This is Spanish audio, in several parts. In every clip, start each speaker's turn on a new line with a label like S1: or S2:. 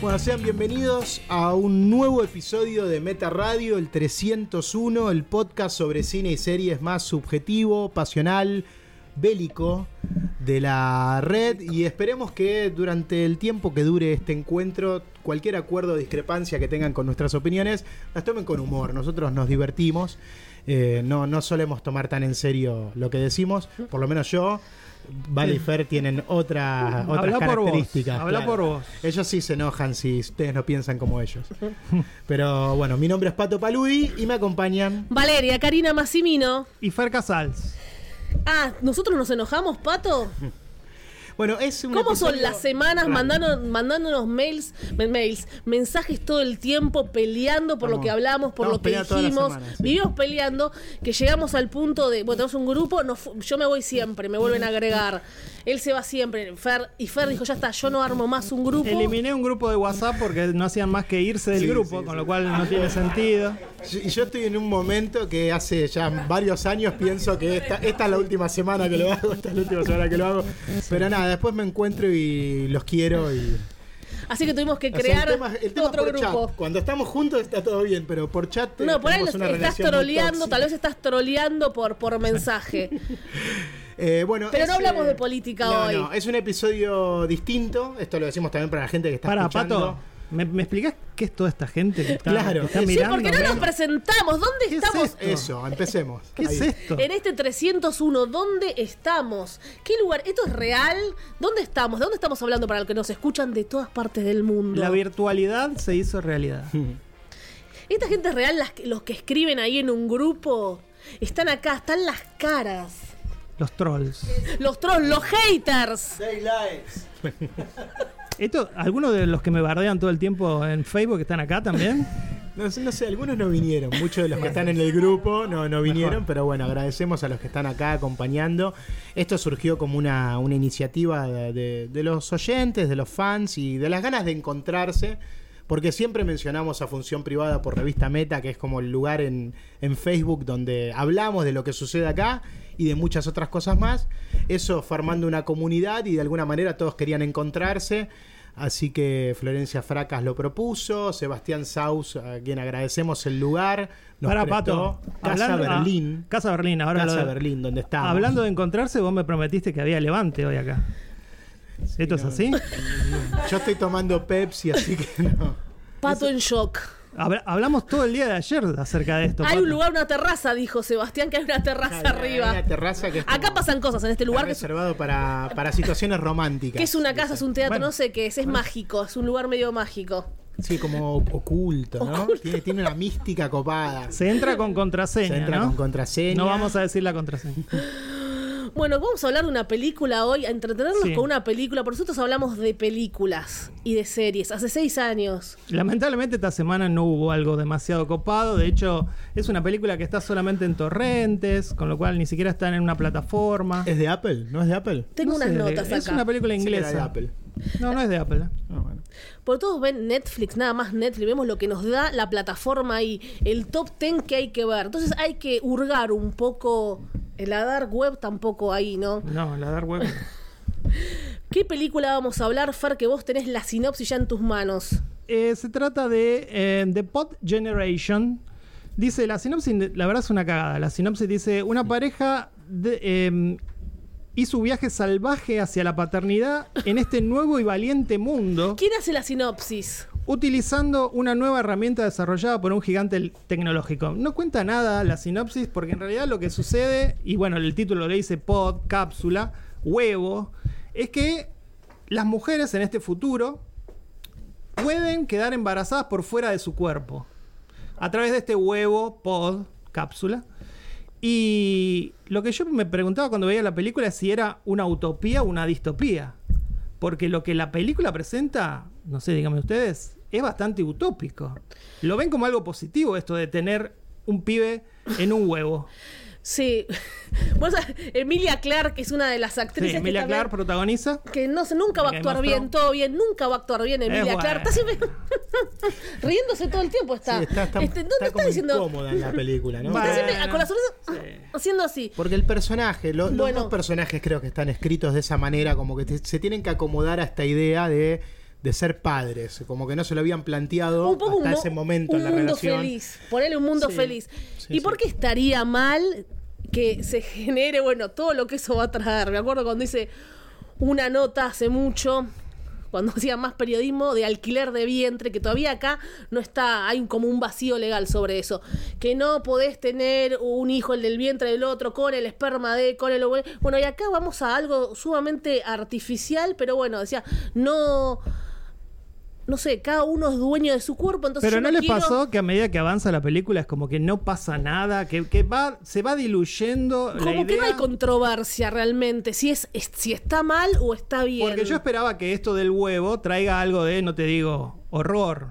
S1: Bueno, sean bienvenidos a un nuevo episodio de Meta Radio, el 301, el podcast sobre cine y series más subjetivo, pasional, bélico de la red. Y esperemos que durante el tiempo que dure este encuentro, cualquier acuerdo o discrepancia que tengan con nuestras opiniones, las tomen con humor. Nosotros nos divertimos. Eh, no, no solemos tomar tan en serio lo que decimos, por lo menos yo. Vale y Fer tienen otra, otras
S2: Habla por vos,
S1: características.
S2: habla por vos.
S1: Ellos sí se enojan si ustedes no piensan como ellos. Pero bueno, mi nombre es Pato Paludi y me acompañan.
S3: Valeria, Karina Massimino.
S2: Y Fer Casals.
S3: Ah, ¿nosotros nos enojamos, Pato?
S1: Bueno, es un
S3: ¿Cómo son
S1: episodio-
S3: las semanas
S1: Claro.
S3: mandando, mandándonos mails, me- mails, mensajes todo el tiempo, peleando por lo
S1: Estamos-
S3: que hablamos, por
S1: estamos
S3: lo que
S1: peleando todas las
S3: dijimos?
S1: semanas, sí.
S3: Vivimos peleando, que llegamos al punto de, bueno, tenemos un grupo, nos fu- yo me voy siempre, me vuelven a agregar. Él se va siempre, Fer, y Fer dijo, ya está, yo no armo más un grupo.
S2: Eliminé un grupo de WhatsApp porque no hacían más que irse del
S1: Sí,
S2: grupo,
S1: sí,
S2: con
S1: sí. Ah.
S2: lo cual no tiene sentido.
S1: Yo- Y yo estoy en un momento que hace ya varios años pienso que esta, esta es la última semana que lo hago, esta es la última semana que lo hago. Pero nada, después me encuentro y los quiero y.
S3: Así que tuvimos que
S1: O sea,
S3: crear
S1: el tema, el tema es
S3: otro
S1: por
S3: grupo.
S1: chat. Cuando estamos juntos está todo bien, pero por chat. eh,
S3: No, por ahí
S1: tenemos
S3: los-
S1: una
S3: estás
S1: relación muy
S3: troleando,
S1: tóxica.
S3: tal vez estás troleando por, por mensaje.
S1: Eh, bueno,
S3: Pero no
S1: es,
S3: hablamos
S1: eh,
S3: de política
S1: no,
S3: hoy.
S1: No, es un episodio distinto. Esto lo decimos también para la gente que está
S2: Para,
S1: escuchando.
S2: Pato, ¿me, me explicás qué es toda esta gente que está,
S1: Claro.
S2: que está
S1: Sí,
S3: Sí,
S2: mirando?
S3: porque no nos presentamos. ¿Dónde
S2: ¿Qué es
S3: estamos?
S2: esto?
S1: Eso, empecemos.
S2: ¿Qué es
S1: Ahí.
S2: esto?
S3: En este 301, ¿dónde estamos? ¿Qué lugar? ¿Esto es real? ¿Dónde estamos? ¿De dónde estamos hablando para los que nos escuchan de todas partes del mundo?
S2: La virtualidad se hizo realidad.
S1: Hmm.
S3: ¿Esta gente es real? Las que- los que escriben ahí en un grupo. Están acá, están las caras.
S2: Los trolls.
S3: Los trolls, los haters.
S2: Esto, algunos de los que me bardean todo el tiempo en Facebook están acá también.
S1: No, sé- no sé, algunos no vinieron, muchos de los que están en el grupo no, no vinieron,
S2: Mejor.
S1: pero bueno, agradecemos a los que están acá acompañando. Esto surgió como una, una iniciativa de, de- de los oyentes, de los fans y de las ganas de encontrarse, porque siempre mencionamos a Función Privada por Revista Meta, que es como el lugar en, en Facebook donde hablamos de lo que sucede acá y de muchas otras cosas más. Eso formando una comunidad y de alguna manera todos querían encontrarse. Así que Florencia Fracas lo propuso, Sebastián Saus, a quien agradecemos el lugar, nos
S2: Pará,
S1: prestó Casa
S2: hablando- ah,
S1: Berlín.
S2: Casa Berlín, ahora
S1: Casa
S2: lo de-
S1: Berlín, donde estábamos.
S2: Hablando de encontrarse, vos me prometiste que había levante hoy acá. ¿Esto es
S1: no.
S2: así?
S1: Yo estoy tomando Pepsi, así que no.
S3: Pato en shock.
S2: Habla- hablamos todo el día de ayer acerca de esto.
S3: Hay
S2: Pato.
S3: un lugar, una terraza, dijo Sebastián, que hay una terraza arriba.
S1: Hay una terraza que es
S3: Acá
S1: como-
S3: pasan cosas en este lugar
S1: está
S3: que es
S1: reservado para, para situaciones románticas.
S3: Que es una casa, es un teatro,
S2: Bueno.
S3: no sé qué es, es mágico, es un lugar medio mágico.
S1: Sí, como oculto, ¿no? Tiene, tiene una mística copada.
S2: Se entra con contraseña.
S1: Se entra
S2: ¿no?
S1: con contraseña.
S2: No vamos a decir la contraseña.
S3: Bueno, vamos a hablar de una película hoy, a entretenernos
S2: Sí.
S3: con una película, por nosotros hablamos de películas y de series, hace seis años.
S2: Lamentablemente esta semana no hubo algo demasiado copado. De hecho, es una película que está solamente en torrentes, con lo cual ni siquiera está en una plataforma.
S1: ¿Es de Apple? ¿No es de Apple?
S3: Tengo
S2: No
S3: unas
S2: sé,
S3: notas
S2: Es
S3: acá.
S2: una película
S1: Sí que era de
S2: inglesa.
S1: Apple.
S2: no, no es de Apple. ¿eh?
S1: Ah, bueno.
S3: Porque todos ven Netflix, nada más Netflix, vemos lo que nos da la plataforma y el top ten que hay que ver. Entonces hay que hurgar un poco, el dark web tampoco ahí, ¿no?
S2: No, la Dark Web.
S3: ¿Qué película vamos a hablar, Fer, que vos tenés la sinopsis ya en tus manos?
S2: Eh, se trata de eh, The Pod Generation. Dice, la sinopsis, la verdad es una cagada. La sinopsis dice, una pareja de, eh, hizo un viaje salvaje hacia la paternidad en este nuevo y valiente mundo,
S3: ¿Quién hace la sinopsis?
S2: utilizando una nueva herramienta desarrollada por un gigante tecnológico. No cuenta nada la sinopsis, porque en realidad lo que sucede, y bueno, el título le dice pod, cápsula, huevo, es que las mujeres en este futuro pueden quedar embarazadas por fuera de su cuerpo. A través de este huevo, pod, cápsula. Y lo que yo me preguntaba cuando veía la película es si era una utopía o una distopía. Porque lo que la película presenta, no sé, díganme ustedes, es bastante utópico. Lo ven como algo positivo esto de tener un pibe en un huevo.
S3: Sí. Vos sabés, Emilia Clark es una de las
S2: Sí,
S3: actrices que
S2: Emilia
S3: también-
S2: Clarke protagoniza.
S3: que no sé, nunca va a
S2: Game
S3: actuar
S2: of
S3: bien,
S2: Thrones.
S3: todo bien, nunca va a actuar bien Emilia
S2: buena.
S3: Clarke. Está siempre riéndose todo el tiempo está.
S1: Sí, está, está,
S3: Este, ¿Dónde está,
S1: está como
S3: diciendo?
S1: incómoda en la película, ¿no?
S2: Bueno.
S3: Está siempre a- con la sonrisa haciendo así.
S1: Porque el personaje, lo- los
S3: Bueno.
S1: dos personajes creo que están escritos de esa manera, como que te- se tienen que acomodar a esta idea de, de ser padres, como que no se lo habían planteado
S3: un poco un
S1: hasta
S3: mo-
S1: ese momento
S3: un
S1: en la
S3: mundo
S1: relación.
S3: feliz. Ponerle un mundo
S1: Sí,
S3: feliz.
S1: sí,
S3: ¿Y
S1: sí.
S3: por qué estaría mal que se genere, bueno, todo lo que eso va a traer? Me acuerdo cuando hice una nota hace mucho, cuando hacía más periodismo, de alquiler de vientre, que todavía acá no está, hay como un vacío legal sobre eso. Que no podés tener un hijo, el del vientre del otro, con el esperma de, con el ovo- Bueno, y acá vamos a algo sumamente artificial, pero bueno, decía, no. No sé, cada uno es dueño de su cuerpo, entonces.
S2: Pero no
S3: yo
S2: le
S3: quiero-
S2: pasó que a medida que avanza la película es como que no pasa nada, que, que va, se va diluyendo la
S3: Como que no hay
S2: idea?
S3: controversia realmente, si es, es- si está mal o está bien.
S2: Porque yo esperaba que esto del huevo traiga algo de, no te digo, horror.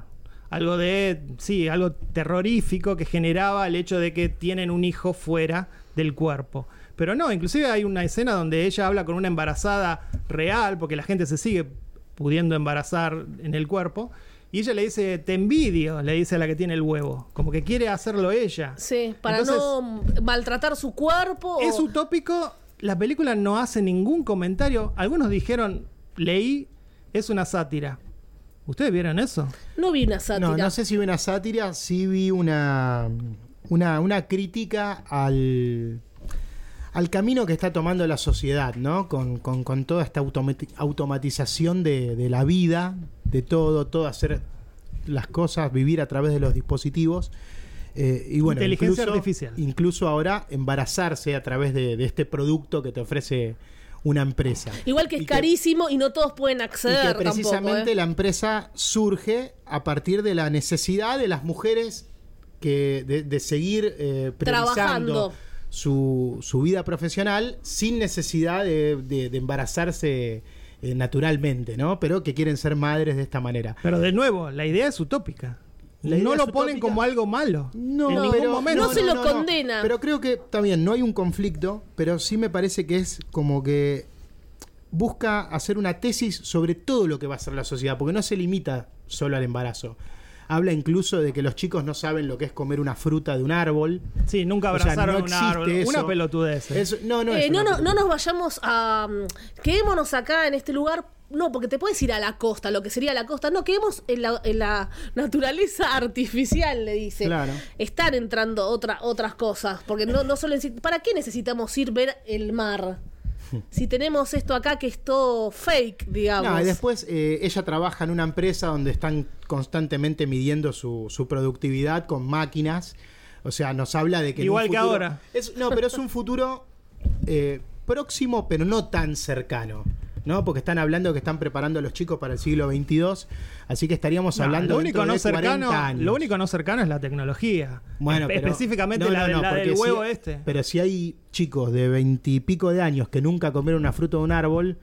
S2: Algo de, sí, algo terrorífico que generaba el hecho de que tienen un hijo fuera del cuerpo. Pero no, inclusive hay una escena donde ella habla con una embarazada real, porque la gente se sigue pudiendo embarazar en el cuerpo. Y ella le dice, te envidio, le dice a la que tiene el huevo. Como que quiere hacerlo ella.
S3: Sí, para
S2: Entonces,
S3: no maltratar su cuerpo.
S2: es
S3: o-
S2: utópico. La película no hace ningún comentario. Algunos dijeron, leí, es una sátira. ¿Ustedes vieron eso?
S3: No vi una sátira.
S1: No, no sé si vi una sátira, sí vi una, una, una crítica al, al camino que está tomando la sociedad, ¿no? Con, con- con toda esta automati- automatización de, de la vida, de todo, todo hacer las cosas, vivir a través de los dispositivos. Eh, y bueno,
S2: Inteligencia
S1: incluso,
S2: artificial.
S1: Incluso ahora embarazarse a través de, de este producto que te ofrece una empresa.
S3: Igual que es
S1: Y
S3: carísimo y no todos pueden acceder
S1: Y que precisamente
S3: tampoco. ¿eh?
S1: la empresa surge a partir de la necesidad de las mujeres que de, de seguir eh,
S3: Trabajando.
S1: priorizando su, su vida profesional sin necesidad de, de- de embarazarse eh, naturalmente, ¿no? Pero que quieren ser madres de esta manera.
S2: Pero de nuevo, la idea es utópica.
S1: La
S2: No
S1: idea
S2: lo
S1: es
S2: ponen
S1: utópica.
S2: como algo malo. en ningún
S1: pero-
S2: momento.
S3: No se lo condena.
S1: Pero creo que también no hay un conflicto, pero sí me parece que es como que busca hacer una tesis sobre todo lo que va a ser la sociedad, porque no se limita solo al embarazo. Habla incluso de que los chicos no saben lo que es comer una fruta de un árbol.
S2: Sí, nunca
S1: O sea,
S2: abrazaron
S1: no
S2: un
S1: existe
S2: árbol.
S1: eso.
S2: Una pelotudez. eh.
S1: Eso- no, no,
S3: Eh,
S1: es
S3: no,
S1: una
S3: no, no
S1: pelotudez.
S3: nos vayamos a. mm, Quedémonos acá en este lugar. No, porque te puedes ir a la costa, lo que sería la costa. No, quedemos en la, en la naturaleza artificial, le dice.
S1: Claro.
S3: Están entrando otra, otras cosas. Porque no, no solo. en- ¿Para qué necesitamos ir ver el mar? Si tenemos esto acá que es todo fake, digamos.
S1: No, y después eh, ella trabaja en una empresa donde están constantemente midiendo su, su productividad con máquinas. O sea, nos habla de que. en un
S2: Igual que
S1: futuro-
S2: ahora.
S1: es- no, pero es un futuro eh, próximo, pero no tan cercano. ¿no? Porque están hablando que están preparando a los chicos para el siglo XXII. Así que estaríamos
S2: No,
S1: hablando
S2: lo único
S1: dentro
S2: no
S1: de 40
S2: cercano,
S1: años.
S2: lo único no cercano es la tecnología.
S1: Bueno,
S2: Espe-
S1: pero-
S2: específicamente
S1: no,
S2: la,
S1: no,
S2: de-
S1: no,
S2: la del
S1: porque si-
S2: huevo este.
S1: Pero si hay chicos de veintipico de años que nunca comieron una fruta de un árbol,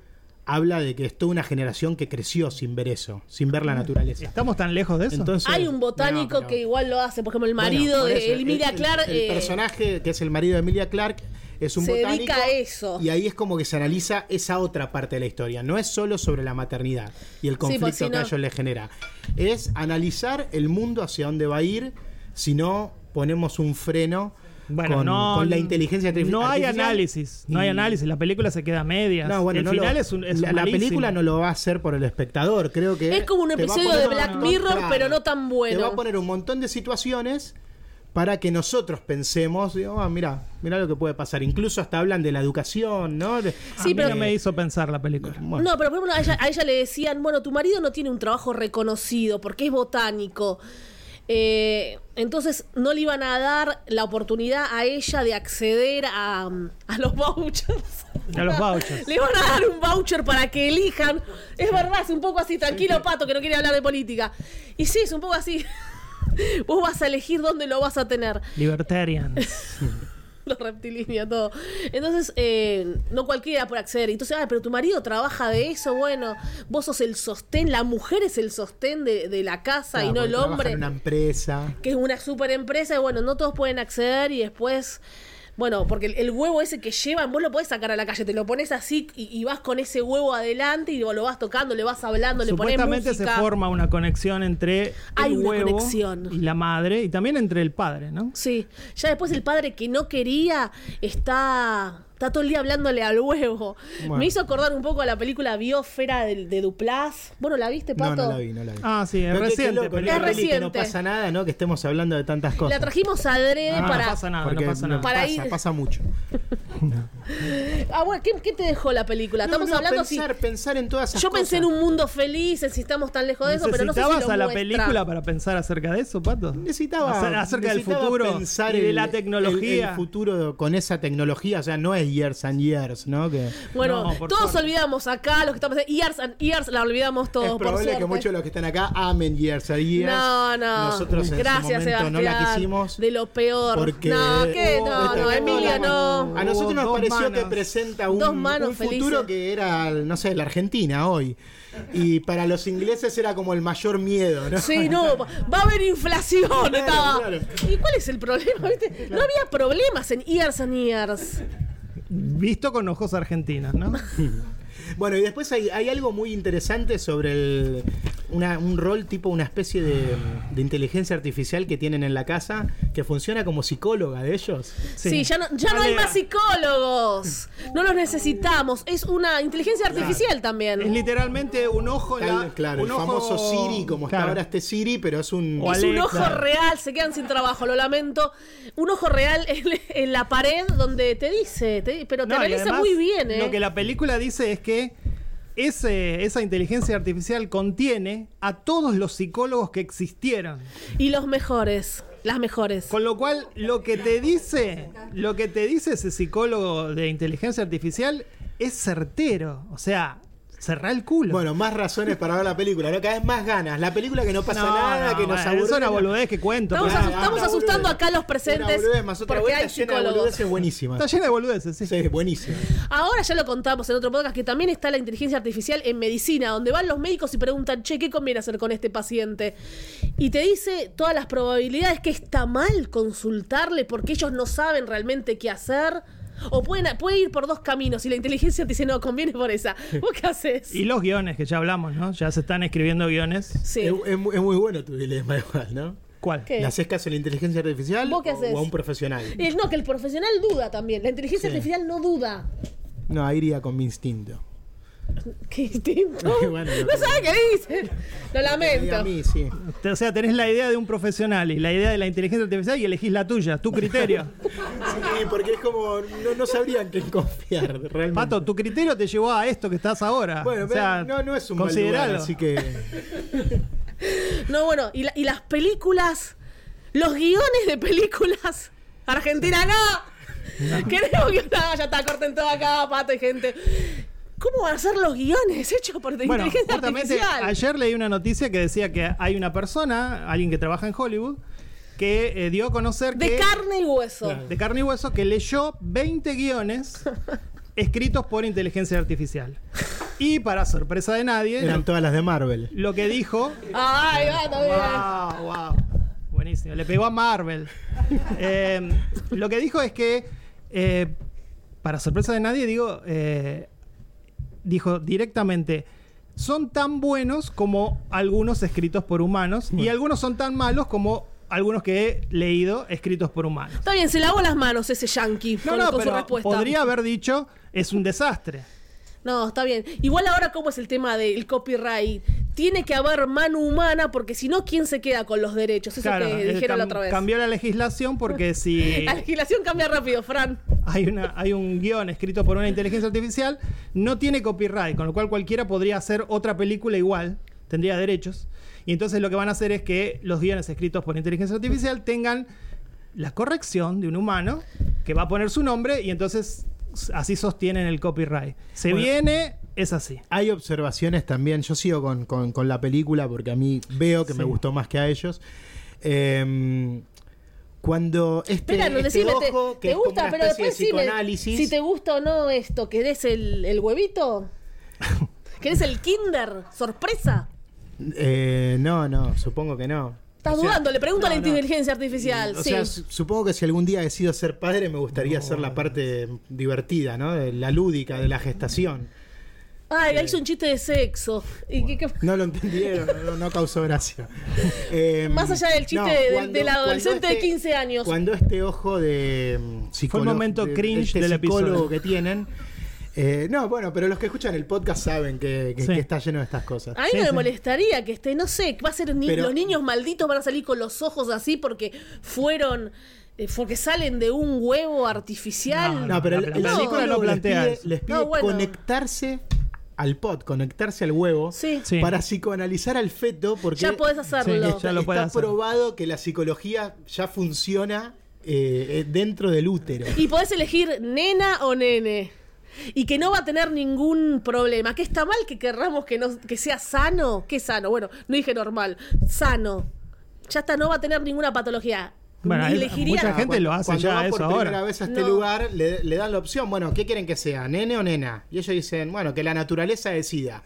S1: habla de que es toda una generación que creció sin ver eso, sin ver la naturaleza.
S2: Estamos tan lejos de eso.
S1: Entonces,
S3: Hay un botánico
S1: No, pero-
S3: que igual lo hace, por ejemplo, el
S1: Bueno,
S3: marido
S1: por eso,
S3: de Emilia
S1: el-
S3: Clark.
S1: El, el
S3: eh,
S1: personaje que es el marido de Emilia Clark es un
S3: se
S1: botánico.
S3: dedica a eso.
S1: Y ahí es como que se analiza esa otra parte de la historia. No es solo sobre la maternidad y el
S3: Sí, pues,
S1: conflicto
S3: si
S1: que a
S3: no-
S1: ellos les genera. Es analizar el mundo hacia dónde va a ir si no ponemos un freno
S2: Bueno,
S1: con,
S2: no,
S1: con la inteligencia artifici- artificial.
S2: No hay análisis, no hay análisis. La película se queda a medias.
S1: No, bueno,
S2: el
S1: no lo-
S2: final es un. es
S1: la, la
S2: malísimo.
S1: película no lo va a hacer por el espectador, creo que
S3: Es como un
S1: te va a
S3: episodio
S1: poner
S3: de
S1: un
S3: Black
S1: montón-
S3: Mirror, pero no tan bueno.
S1: Te va a poner un montón de situaciones para que nosotros pensemos, digo, ah, mira, mira lo que puede pasar. Incluso hasta hablan de la educación, ¿no? De- ah,
S2: A
S3: Sí,
S2: mí
S3: pero-
S2: no me hizo pensar la película.
S1: Bueno.
S3: No, pero por ejemplo, a ella, a ella le decían, bueno, tu marido no tiene un trabajo reconocido porque es botánico. Eh, entonces no le iban a dar la oportunidad a ella de acceder a, mm, a los vouchers.
S2: A los vouchers.
S3: Le van a dar un voucher para que elijan. Es verdad, es un poco así, tranquilo, pato, que no quiere hablar de política. Y sí, es un poco así. Vos vas a elegir dónde lo vas a tener.
S2: Libertarians.
S3: Los reptilíneos, todo. Entonces, eh, no cualquiera puede acceder. Entonces, ah, pero tu marido trabaja de eso, bueno, vos sos el sostén, la mujer es el sostén de, de la casa
S1: Claro,
S3: y no
S1: porque
S3: el
S1: trabajan
S3: hombre,
S1: en una empresa.
S3: que es una super empresa, y bueno, no todos pueden acceder y después... Bueno, porque el, el huevo ese que llevan, vos lo podés sacar a la calle, te lo pones así y, y vas con ese huevo adelante y lo vas tocando, le vas hablando, le pones
S2: Supuestamente
S3: música.
S2: se forma una conexión entre el
S3: Hay una
S2: huevo
S3: conexión.
S2: y la madre y también entre el padre, ¿no?
S3: Sí, ya después el padre que no quería está Está todo el día hablándole al huevo.
S1: Bueno.
S3: Me hizo acordar un poco a la película Biosfera de, de Duplass. Bueno, ¿la viste,
S1: No,
S3: Este Pato?
S1: no la vi, no la vi.
S2: Ah, sí, es
S1: Pero qué- qué
S2: reciente.
S1: loco,
S2: pero-
S1: ¿no?
S3: Es
S1: Una peli que No
S3: reciente.
S1: pasa nada, ¿no? Que estemos hablando de tantas cosas.
S3: La trajimos adrede
S2: Ah,
S3: para.
S2: No pasa nada,
S1: Porque
S2: no pasa nada.
S3: Para
S1: pasa,
S3: ir-
S1: pasa mucho.
S3: Ah, bueno, ¿qué, qué te dejó la película? Estamos
S1: No, no,
S3: hablando si.
S1: pensar, pensar en todas esas
S3: Yo pensé en
S1: cosas.
S3: un mundo feliz, en si estamos tan lejos de eso, pero no sé si lo
S2: ¿Necesitabas a la
S3: muestra.
S2: película para pensar acerca de eso, Pato?
S1: Necesitaba
S2: Acer- acerca del
S1: necesitaba
S2: futuro
S1: pensar
S2: y de
S1: el-
S2: la
S1: El,
S2: tecnología.
S1: el futuro con esa tecnología, o sea, no es years and years, ¿no? Que
S3: Bueno,
S2: No, por
S3: todos
S2: suerte.
S3: olvidamos acá, los que estamos. Years and Years la olvidamos todos.
S1: es
S3: por
S1: probable que
S3: suerte.
S1: muchos de los que están acá amen years and years.
S3: No, no.
S1: Nosotros en
S3: Gracias,
S1: su momento
S3: Sebastián.
S1: no la quisimos.
S3: De lo peor.
S1: Porque
S3: No, ¿qué?
S1: hubo-
S3: No, no,
S1: este-
S3: Emilia no.
S1: A nosotros nos
S2: Dos
S1: pareció
S2: manos.
S1: que presenta un,
S3: Dos manos
S1: un futuro
S3: felices.
S1: que era, no sé, la Argentina hoy. Y para los ingleses era como el mayor miedo, ¿no?
S3: Sí, no, va a haber inflación. estaba.
S1: claro.
S3: ¿Y cuál es el problema? viste? No había problemas en Years and Years.
S2: Visto con ojos argentinos, ¿no?
S1: Bueno, y después hay, hay algo muy interesante sobre el, una- un rol tipo una especie de, de inteligencia artificial que tienen en la casa que funciona como psicóloga de ellos.
S3: Sí, ya, no, ya no hay
S2: Amiga,
S3: más psicólogos. No los necesitamos. Es una inteligencia artificial
S2: Es
S3: también.
S2: literalmente un ojo en
S1: Tal-
S2: la-
S1: claro,
S2: un
S1: el
S2: ojo-
S1: famoso Siri, como está
S2: Claro.
S1: ahora este Siri, pero es un...
S2: O
S3: Es un
S2: Alexa.
S3: ojo real, se quedan sin trabajo, lo lamento. Un ojo real en, en la pared donde te dice, te- pero te
S2: No, y
S3: analiza
S2: además,
S3: muy bien, ¿eh?
S2: Lo que la película dice es que ese, esa inteligencia artificial contiene a todos los psicólogos que existieron.
S3: Y los mejores, las mejores.
S2: Con lo cual, lo que te dice, lo que te dice ese psicólogo de inteligencia artificial es certero. O sea, cerrá el culo.
S1: Bueno, más razones para ver la película, ¿no? Cada vez más ganas. La película que no pasa
S2: No,
S1: nada,
S2: no,
S1: que nos
S2: bueno,
S1: aburre.
S2: Es una boludez que cuento.
S3: Estamos,
S2: pero-
S1: Claro,
S3: asu- estamos
S1: una
S3: asustando
S1: boludez.
S3: acá a los
S1: Una
S3: presentes
S1: boludez más otra
S3: porque
S1: vuelta
S3: hay
S1: llena de
S3: psicólogos.
S1: boludeces buenísimas.
S2: Está llena de boludeces, sí.
S1: Sí, es buenísima.
S3: Ahora ya lo contamos en otro podcast que también está la inteligencia artificial en medicina, donde van los médicos y preguntan, che, ¿qué conviene hacer con este paciente? Y te dice todas las probabilidades que está mal consultarle porque ellos no saben realmente qué hacer. O pueden, puede ir por dos caminos y la inteligencia te dice, no, conviene por esa. ¿Vos qué haces?
S2: Y los guiones que ya hablamos, ¿no? Ya se están escribiendo guiones.
S3: Sí.
S1: Es, es muy- es muy eh, bueno tu dilema igual, ¿no?
S2: ¿Cuál?
S3: ¿Qué?
S1: ¿Le haces caso a la inteligencia artificial
S3: ¿Vos qué
S1: o-
S3: haces?
S1: o a un profesional?
S3: Eh, No, que el profesional duda también. La inteligencia
S1: Sí.
S3: artificial no duda.
S1: No, ahí iría con mi instinto.
S3: Qué distinto.
S1: Bueno, lo
S3: no
S1: que-
S3: sabe qué dicen. Lo
S1: Eh, A
S3: lamento.
S1: mí, sí.
S2: Te- O sea, tenés la idea de un profesional y la idea de la inteligencia artificial y elegís la tuya, tu criterio.
S1: Sí, porque es como, no, no sabrían quién confiar, realmente.
S2: Pato, tu criterio te llevó a esto que estás ahora.
S1: bueno,
S2: o sea,
S1: pero no, no es un mal
S2: consideralo.
S1: lugar, así que...
S3: No, bueno, y, la- y las películas, los guiones de películas. Argentina, no. Queremos que no, ya está, corten todo acá, pato y gente. ¿Cómo van a ser los guiones hechos por
S2: Bueno,
S3: inteligencia
S2: justamente
S3: artificial?
S2: ayer leí una noticia que decía que hay una persona, alguien que trabaja en Hollywood, que eh, dio a conocer
S3: De
S2: que,
S3: carne y hueso.
S2: de carne y hueso que leyó 20 guiones escritos por inteligencia artificial. Y para sorpresa de nadie,
S1: Eran
S2: lo,
S1: todas las de Marvel.
S2: lo que dijo
S3: Ay, va, también.
S2: Wow, Ah, wow. Buenísimo. Le pegó a Marvel. Eh, lo que dijo es que, eh, para sorpresa de nadie, digo, eh, dijo directamente. Son tan buenos como algunos escritos por humanos y algunos son tan malos como algunos que he leído escritos por humanos.
S3: Está bien, se lavó las manos ese yankee
S2: No,
S3: con,
S2: no,
S3: con su
S2: pero
S3: respuesta.
S2: podría haber dicho es un desastre.
S3: No, está bien. Igual ahora, ¿cómo es el tema del copyright? Tiene que haber mano humana porque si no, ¿quién se queda con los derechos? Eso
S2: Claro,
S3: que
S2: eh,
S3: dijeron la
S2: cam-
S3: otra vez.
S2: cambió la legislación porque si
S3: La legislación cambia rápido, Fran.
S2: hay, una, hay un guión escrito por una inteligencia artificial, no tiene copyright, con lo cual cualquiera podría hacer otra película igual, tendría derechos. Y entonces lo que van a hacer es que los guiones escritos por inteligencia artificial tengan la corrección de un humano que va a poner su nombre y entonces s- así sostienen el copyright. Se
S1: Bueno.
S2: viene, es así.
S1: Hay observaciones también, yo sigo con, con- con la película porque a mí veo que me
S2: Sí.
S1: gustó más que a ellos. Em, cuando este,
S3: Espera, no,
S1: este
S3: decime, te,
S1: ojo, que
S3: te
S1: es como
S3: gusta,
S1: una
S3: pero
S1: especie
S3: después
S1: de
S3: decime
S1: psicoanálisis,
S3: si te gusta o no esto. ¿Querés el, el huevito? ¿Querés el kinder? ¿Sorpresa?
S1: eh, no, no, supongo que no.
S3: Estás
S1: O sea,
S3: dudando, le pregunto a la
S1: no, no.
S3: inteligencia artificial.
S1: O
S3: sí.
S1: sea, su- supongo que si algún día decido ser padre, me gustaría hacer la parte divertida, ¿no? De La lúdica, de la gestación.
S3: Ay, ahí hizo un chiste de sexo. ¿Y qué- qué-
S1: No lo entendieron, no, no causó gracia. Eh,
S3: Más allá del chiste de- del- del adolescente
S1: cuando
S3: de 15 años.
S1: Cuando este ojo de mm, psicólogo.
S2: momento
S1: de-
S2: cringe
S1: este
S2: del episodio.
S1: psicólogo que tienen. eh, no, bueno, pero los que escuchan el podcast saben que, que-
S2: Sí.
S1: que está lleno de estas cosas.
S3: A mí
S2: Sí,
S3: no me
S2: sí.
S3: molestaría que esté, no sé, va a ser ni-
S1: Pero-
S3: los niños malditos van a salir con los ojos así porque fueron, eh, porque salen de un huevo artificial.
S1: No, pero la,
S2: La- la
S1: el
S3: película
S1: psicólogo
S2: no plantea
S1: les
S2: eso.
S1: pide, les pide
S3: No, bueno.
S1: conectarse al pod, conectarse al huevo.
S3: Sí.
S2: Sí.
S1: Para psicoanalizar al feto, porque
S3: Ya podés hacerlo.
S1: está,
S2: Ya lo podés
S1: está
S2: hacer.
S1: probado que la psicología ya funciona eh, eh, dentro del útero.
S3: Y podés elegir nena o nene. Y que no va a tener ningún problema. Que está mal que querramos que, no, que sea sano. ¿Qué sano? Bueno, no dije normal. Sano. Ya está, no va a tener ninguna patología.
S2: Bueno, hay- mucha
S1: Ah,
S2: gente lo hace
S1: cuando
S2: ya
S1: va
S2: eso
S1: por
S2: ahora.
S1: primera vez a este
S3: No.
S1: lugar, le, le dan la opción, bueno, ¿qué quieren que sea? ¿Nene o nena? Y ellos dicen, bueno, que la naturaleza decida.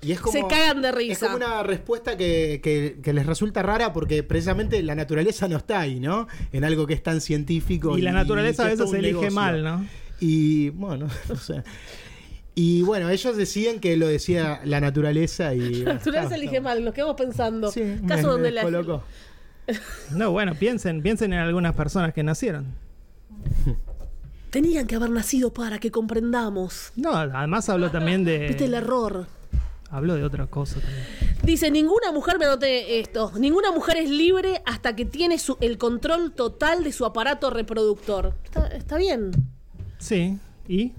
S1: Y es como,
S3: Se cagan de
S1: Es
S3: risa.
S1: como una respuesta que, que- que les resulta rara porque precisamente la naturaleza no está ahí, ¿no? En algo que es tan científico.
S2: Y la naturaleza
S1: que
S2: a
S1: es
S2: veces
S1: todo un
S2: elige
S1: negocio.
S2: mal, ¿no?
S1: Y bueno, no sé. Y bueno, ellos deciden que lo decía la naturaleza y.
S3: La naturaleza elige mal, nos quedamos pensando.
S1: Sí, me-
S3: Caso
S1: me
S3: donde la.
S1: descolocó.
S2: No, bueno, piensen, piensen en algunas personas que nacieron.
S3: Tenían que haber nacido para que comprendamos.
S2: No, además habló también
S3: ¿Viste el
S2: de.
S3: error?
S2: Habló de otra cosa también.
S3: Dice, ninguna mujer, me anoté esto, ninguna mujer es libre hasta que tiene su- el control total de su aparato reproductor. Está, está bien.
S2: Sí, y.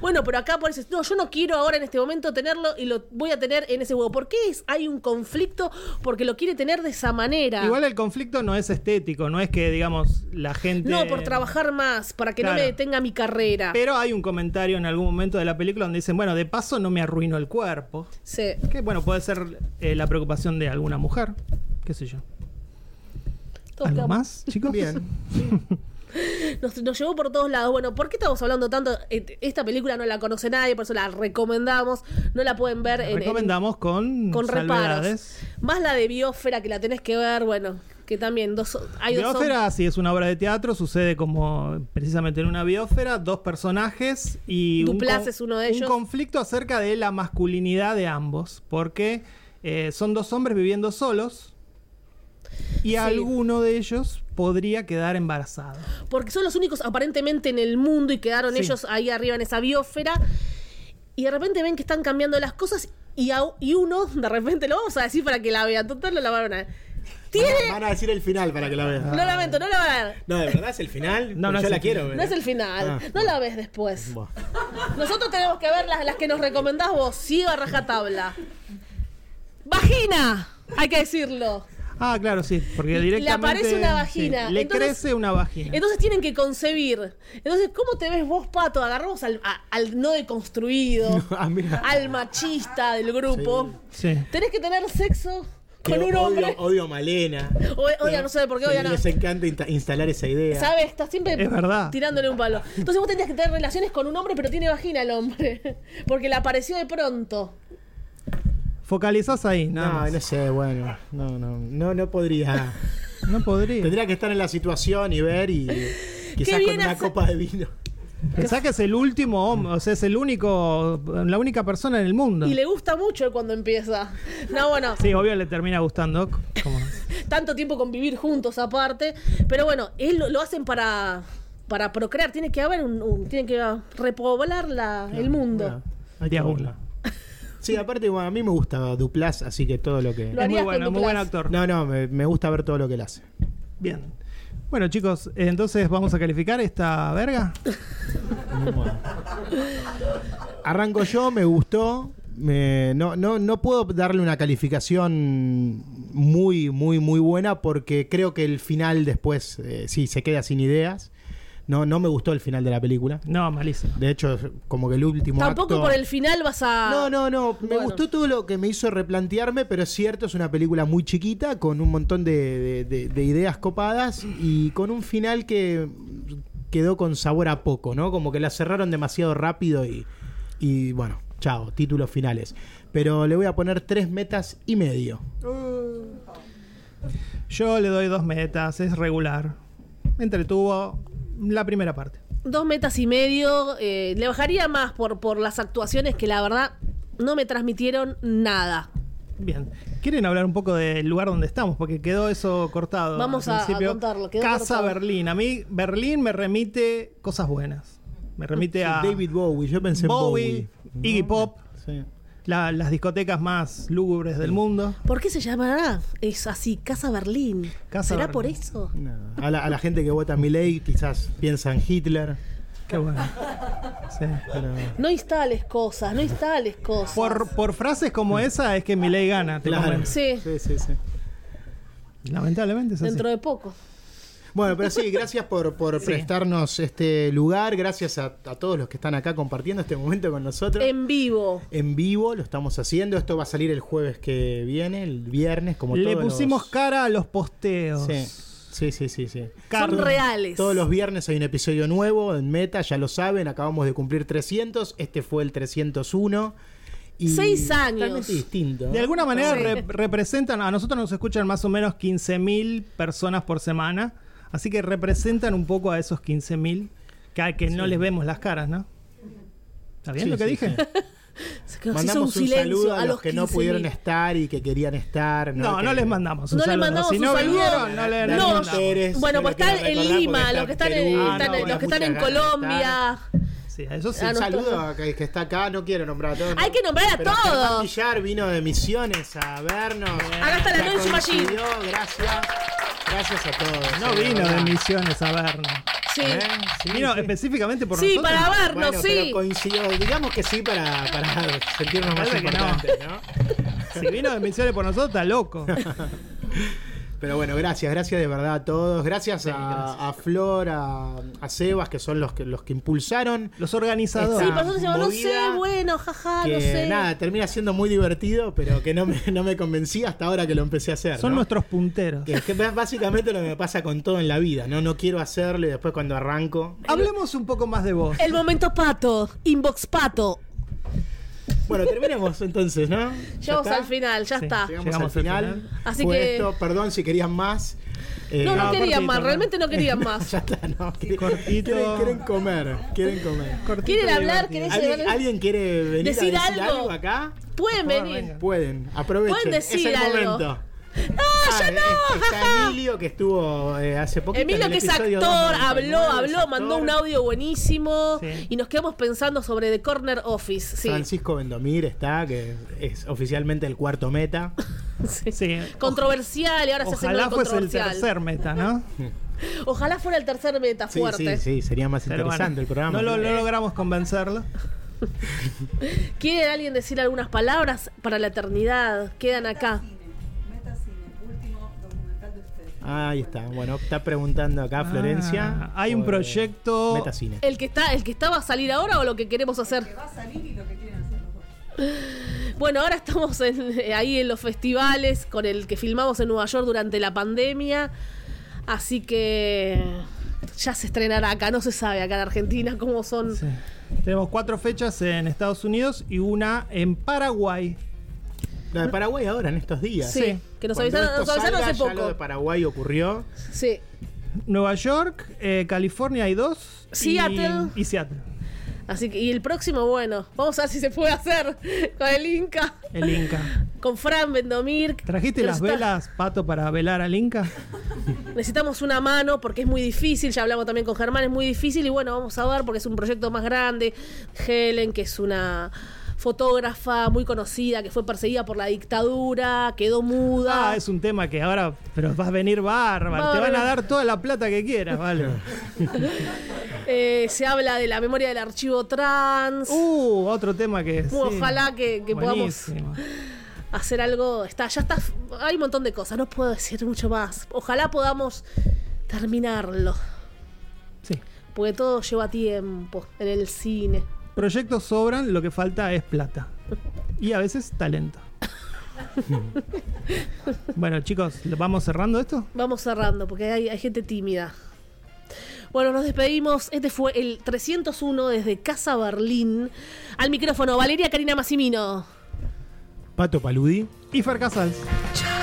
S3: Bueno, pero acá por eso, no, yo no quiero ahora en este momento tenerlo y lo voy a tener en ese huevo. ¿Por qué es- hay un conflicto? Porque lo quiere tener de esa manera.
S2: Igual el conflicto no es estético, no es que, digamos, la gente.
S3: no, por trabajar más, para que no
S2: Claro.
S3: me detenga mi carrera.
S2: Pero hay un comentario en algún momento de la película donde dicen, bueno, de paso no me arruino el cuerpo.
S3: Sí.
S2: Que bueno, puede ser eh, la preocupación de alguna mujer. ¿Qué sé yo?
S3: Todos
S2: ¿Algo
S3: quedamos-
S2: más, chicos?
S1: Bien.
S3: Nos, nos llevó por todos lados. Bueno, ¿por qué estamos hablando tanto? Et- Esta película no la conoce nadie, por eso la recomendamos. No la pueden ver en, en-
S2: Recomendamos con,
S3: con reparos.
S2: salvedades.
S3: Más la de Biosfera, que la tenés que ver, bueno, que también dos, hay dos
S2: Biosfera sí es una obra de teatro, sucede como precisamente en una biosfera, dos personajes y
S3: Duplass
S2: con-
S3: es uno de
S2: un
S3: ellos.
S2: conflicto acerca de la masculinidad de ambos, porque eh, son dos hombres viviendo solos y
S3: Sí.
S2: alguno de ellos podría quedar embarazado.
S3: porque son los únicos aparentemente en el mundo y quedaron
S2: Sí.
S3: ellos ahí arriba en esa Biosfera. Y de repente ven que están cambiando las cosas y, a- y uno, de repente, lo vamos a decir para que la vean. Total, no la van a ver. Tiene.
S1: Van a decir el final para que la vean.
S3: No lamento, no la van a ver.
S1: No, de verdad es el final.
S2: No,
S1: No,
S2: no
S1: yo
S2: es
S1: la
S2: el
S1: quiero
S2: final.
S1: ver.
S3: No es el
S1: ¿eh?
S3: final.
S1: Ah.
S3: No la ves después.
S1: Buah.
S3: Nosotros tenemos que ver las, las que nos recomendás vos, sí a rajatabla. Vagina, hay que decirlo.
S2: Ah, claro, sí, porque
S3: Le
S2: directamente...
S3: aparece una
S2: sí,
S3: vagina,
S2: le
S3: entonces-
S2: crece una vagina.
S3: Entonces tienen que concebir. Entonces, ¿cómo te ves vos, Pato? Agarramos al, a- al no deconstruido,
S1: Ah, mira.
S3: al machista del grupo.
S2: Sí.
S3: Tenés que tener sexo con
S1: Yo
S3: un
S1: odio,
S3: hombre.
S1: odio a Malena.
S3: O- odia, no sé por qué
S1: Sí,
S3: odia no.
S1: Les encanta insta- instalar esa idea.
S3: ¿Sabes? Estás siempre
S2: Es verdad.
S3: tirándole un palo. Entonces vos tendrías que tener relaciones con un hombre, pero tiene vagina el hombre. Porque le apareció de pronto.
S2: Focalizás ahí, nada
S1: No,
S2: más.
S1: no sé, bueno. No, no, no, no podría.
S2: No podría.
S1: Tendría que estar en la situación y ver y quizás con
S3: bien
S1: una
S3: hace-
S1: copa de vino.
S2: Pensá que es el último hombre, o sea, es el único, la única persona en el mundo.
S3: Y le gusta mucho cuando empieza. No, bueno,
S2: Sí, obvio le termina gustando. como-
S3: tanto tiempo convivir juntos aparte. Pero bueno, él lo, lo hacen para, para procrear. Tiene que haber un, un- tiene que repoblar la- el mundo.
S1: Bueno, hay que
S2: Día uno.
S1: verla. Sí, aparte, bueno, a mí me gusta Duplas, así que todo lo que.
S3: Lo
S2: es muy
S3: harías
S2: bueno,
S3: con
S2: muy
S3: Duplass.
S2: buen actor.
S1: No, no, me, me gusta ver todo lo que él hace.
S2: Bien. Bueno, chicos, eh, entonces vamos a calificar esta verga.
S1: Arranco yo, me gustó. me- no, no, no puedo darle una calificación muy, muy, muy buena porque creo que el final después eh, sí se queda sin ideas. No, no me gustó el final de la película.
S2: No, malísimo.
S1: De hecho, como que el último
S3: Tampoco
S1: acto-
S3: por el final vas a.
S1: No, no, no. Me
S3: Ah, Bueno.
S1: gustó todo lo que me hizo replantearme, pero es cierto, es una película muy chiquita, con un montón de, de- de- de ideas copadas y con un final que quedó con sabor a poco, ¿no? Como que la cerraron demasiado rápido y, y bueno, chao, títulos finales. Pero le voy a poner tres metas y medio.
S2: Yo le doy dos metas, es regular. Me entretuvo la primera parte.
S3: dos metas y medio. eh, le bajaría más por, por las actuaciones que la verdad no me transmitieron nada.
S2: Bien. ¿Quieren hablar un poco del lugar donde estamos? Porque quedó eso cortado.
S3: Vamos
S2: al
S3: a- a
S2: principio.
S3: contarlo, quedó
S2: Casa
S3: cortado.
S2: Berlín. A mí, Berlín me remite cosas buenas. Me remite a
S1: David Bowie, yo pensé
S2: Bowie,
S1: en Bowie.
S2: Iggy Pop,
S1: Sí.
S2: la- las discotecas más lúgubres del mundo.
S3: ¿Por qué se llamará? Es así, Casa Berlín.
S2: Casa
S3: ¿Será
S2: Berlín.
S3: por eso?
S1: No. A, la, a la gente que vota a Milei quizás piensa en Hitler.
S2: Qué bueno. Sí.
S1: pero-
S3: No instales cosas, no instales cosas.
S2: Por, por frases como esa es que Milei gana. te
S1: Mm. Claro.
S2: convenzo.
S3: Sí.
S1: sí, sí, sí.
S2: Lamentablemente es así.
S3: Dentro de poco.
S1: Bueno, pero sí, gracias por, por prestarnos este lugar, gracias a, a todos los que están acá compartiendo este momento con nosotros.
S2: Em,
S1: En,
S3: En vivo.
S1: vivo lo estamos haciendo, esto va a salir el jueves que viene, el viernes, como
S2: Le
S1: todos los-
S2: pusimos cara a los posteos.
S1: Sí, sí, sí, sí. sí.
S2: Carlos.
S3: Son reales.
S1: Todos los viernes hay un episodio nuevo en Meta, ya lo saben, acabamos de cumplir 300, este fue el 301. Y
S3: Seis años.
S1: Totalmente distinto. ¿no?
S2: De alguna manera re- representan, a nosotros nos escuchan más o menos 15.000 personas por semana, así que representan un poco a esos 15.000 que, a- que no les vemos las caras, ¿no? ¿Está bien
S1: Sí,
S2: lo que
S1: sí,
S2: dije?
S1: sí.
S3: Se quedó- se hizo
S1: Mandamos un,
S3: silencio
S1: saludo a, los que no
S3: 15.000.
S1: pudieron estar y que querían estar.
S2: No,
S1: Que-
S2: no les mandamos un
S3: No les
S2: saludo.
S3: mandamos
S2: si
S3: un
S2: no
S3: saludo.
S2: vinieron, no les,
S3: No,
S2: mandamos.
S1: Pérez,
S3: Bueno,
S1: no
S3: pues
S1: lo quiero
S3: están en
S1: recordar
S3: Lima,
S1: porque está
S3: los que están
S1: en
S3: en,
S1: Perú.
S3: están-
S2: Ah, no,
S3: los que están
S1: muchas
S3: en
S1: ganas de
S3: Colombia.
S2: Sí, a eso sí.
S3: Ah,
S1: Un
S3: no.
S1: saludo a que, que está acá, no quiero nombrar a todos.
S3: Hay que nombrar a
S1: Pero
S3: todos.
S1: Germán Villar vino de Misiones a vernos.
S3: Acá está la Nancy Maggi.
S1: coincidió, Gracias. Gracias a todos.
S2: No
S1: eh,
S2: vino
S1: verdad.
S2: de misiones a vernos.
S3: Sí.
S1: ¿Eh? Sí,
S2: Vino
S1: sí.
S2: específicamente por
S3: Sí,
S2: nosotros.
S3: para vernos,
S1: Bueno,
S3: sí.
S1: pero coincidió. Digamos que sí para, para sentirnos más
S2: Parece que no.
S1: importantes, ¿no?
S2: Si vino de misiones por nosotros, está loco.
S1: Pero bueno, gracias, gracias de verdad a todos. Gracias, a, a Flor, a, a Sebas, que son los que, los que impulsaron.
S2: Los organizadores.
S3: Sí,
S1: Esta-
S3: pero nosotros decíamos, no
S1: movida
S3: sé, bueno, jaja,
S1: que
S3: no Ah, sé.
S1: nada, termina siendo muy divertido, pero que no me, no me convencí hasta ahora que lo empecé a hacer.
S2: Ah, Son
S1: ¿no?
S2: nuestros punteros.
S1: Que, que es básicamente lo que me pasa con todo en la vida, ¿no? No quiero hacerlo y después cuando arranco.
S2: Hablemos un poco más de vos.
S3: El momento pato, inbox pato.
S1: Bueno, terminemos entonces, ¿no? ¿Ya
S3: Llegamos
S1: está?
S3: al final, ya
S2: Sí.
S3: está.
S1: Llegamos,
S2: Llegamos
S1: al
S2: al
S1: final.
S2: final.
S3: Así
S1: Fue
S3: que-
S1: esto, perdón si querían más. Eh,
S3: No, no
S2: no,
S3: querían
S2: cortito,
S3: más,
S2: ¿no?
S3: realmente no querían más.
S1: Ya está, no. que-
S2: Cortito.
S1: Quieren, quieren comer, quieren comer.
S2: Cortito
S3: ¿Quieren
S2: y divertido.
S3: hablar? ¿Querés
S1: ¿Alguien,
S3: llegar al-
S1: alguien quiere venir
S3: Decir
S1: a decir
S3: algo.
S1: algo, acá?
S3: Pueden
S2: favor,
S3: venir.
S2: venga.
S1: Pueden, aprovechen.
S3: Pueden decir
S1: es el
S3: algo.
S1: momento.
S3: ¡No,
S1: Ah,
S3: ya
S1: eh,
S3: no!
S1: Está
S3: jaja.
S1: Emilio que estuvo eh, hace poquito. en
S3: Emilio,
S1: el
S3: que es actor,
S1: episodio 299,
S3: habló,
S1: es
S3: habló,
S1: actor.
S3: mandó un audio buenísimo
S2: Sí.
S3: y nos quedamos pensando sobre The Corner Office. Sí.
S1: Francisco Vendomir está, que es oficialmente el cuarto meta.
S3: Sí.
S2: Sí.
S3: Controversial y ahora se hace
S2: Ojalá
S3: muy
S2: fuese el
S3: controversial.
S2: tercer meta, ¿no?
S3: Ojalá fuera el tercer meta
S1: Sí,
S3: fuerte.
S1: sí, sí, sería más
S2: Pero
S1: interesante
S2: bueno,
S1: el programa.
S2: No, lo, no logramos convencerlo.
S3: ¿Quiere alguien decir algunas palabras para la eternidad? Quedan acá.
S4: Metacine, último documental de ustedes.
S1: Ahí está, bueno, está preguntando acá Florencia.
S2: Ah, hay un
S1: por, eh,
S2: proyecto-
S1: Metacine.
S3: ¿El que, está, ¿El que está va a salir ahora o lo que queremos hacer?
S4: Que va a salir y lo que quieren hacer los dos.
S3: Bueno, ahora estamos en- eh, ahí en los festivales con el que filmamos en Nueva York durante la pandemia. Así que ya se estrenará acá, no se sabe acá en Argentina cómo son.
S2: Sí. Tenemos cuatro fechas en Estados Unidos y una en Paraguay.
S1: Lo de Paraguay ahora, en estos días.
S3: Sí, que nos
S1: Cuando
S3: avisaron,
S1: esto
S3: nos avisaron
S1: salga,
S3: hace
S1: ya Lo
S3: poco.
S1: de Paraguay ocurrió.
S3: Sí.
S2: Nueva York, eh, California hay dos. y-
S3: Seattle.
S2: Y, Seattle.
S3: Así que, y el próximo, bueno, vamos a ver si se puede hacer con el Inca,
S2: El Inca.
S3: con Fran Vendomir.
S2: ¿Trajiste
S3: Que
S2: las
S3: nos está-
S2: velas, Pato, para velar al Inca?
S3: Necesitamos una mano porque es muy difícil, ya hablamos también con Germán, es muy difícil y bueno, vamos a ver porque es un proyecto más grande. Helen, que es una fotógrafa muy conocida, que fue perseguida por la dictadura, quedó muda.
S2: Ah, es un tema que ahora. Pero vas a venir bárbaro. Te van a dar toda la plata que quieras, vale.
S3: Eh, se habla de la memoria del archivo trans.
S2: Uh, otro tema que. sí.
S3: Ojalá que, que podamos
S2: Buenísimo.
S3: hacer algo. Está, ya está, hay un montón de cosas, no puedo decir mucho más. Ojalá podamos terminarlo,
S2: Sí.
S3: porque todo lleva tiempo en el cine.
S2: Proyectos sobran, lo que falta es plata. Y a veces talento. bueno, chicos, ¿lo ¿vamos cerrando esto?
S3: Vamos cerrando porque hay, hay gente tímida. Bueno, nos despedimos. Este fue el 301 desde Casa Berlín. Al micrófono, Valeria Karina Massimino.
S1: Pato Paludi.
S2: Y Fer Casals.
S3: Chao.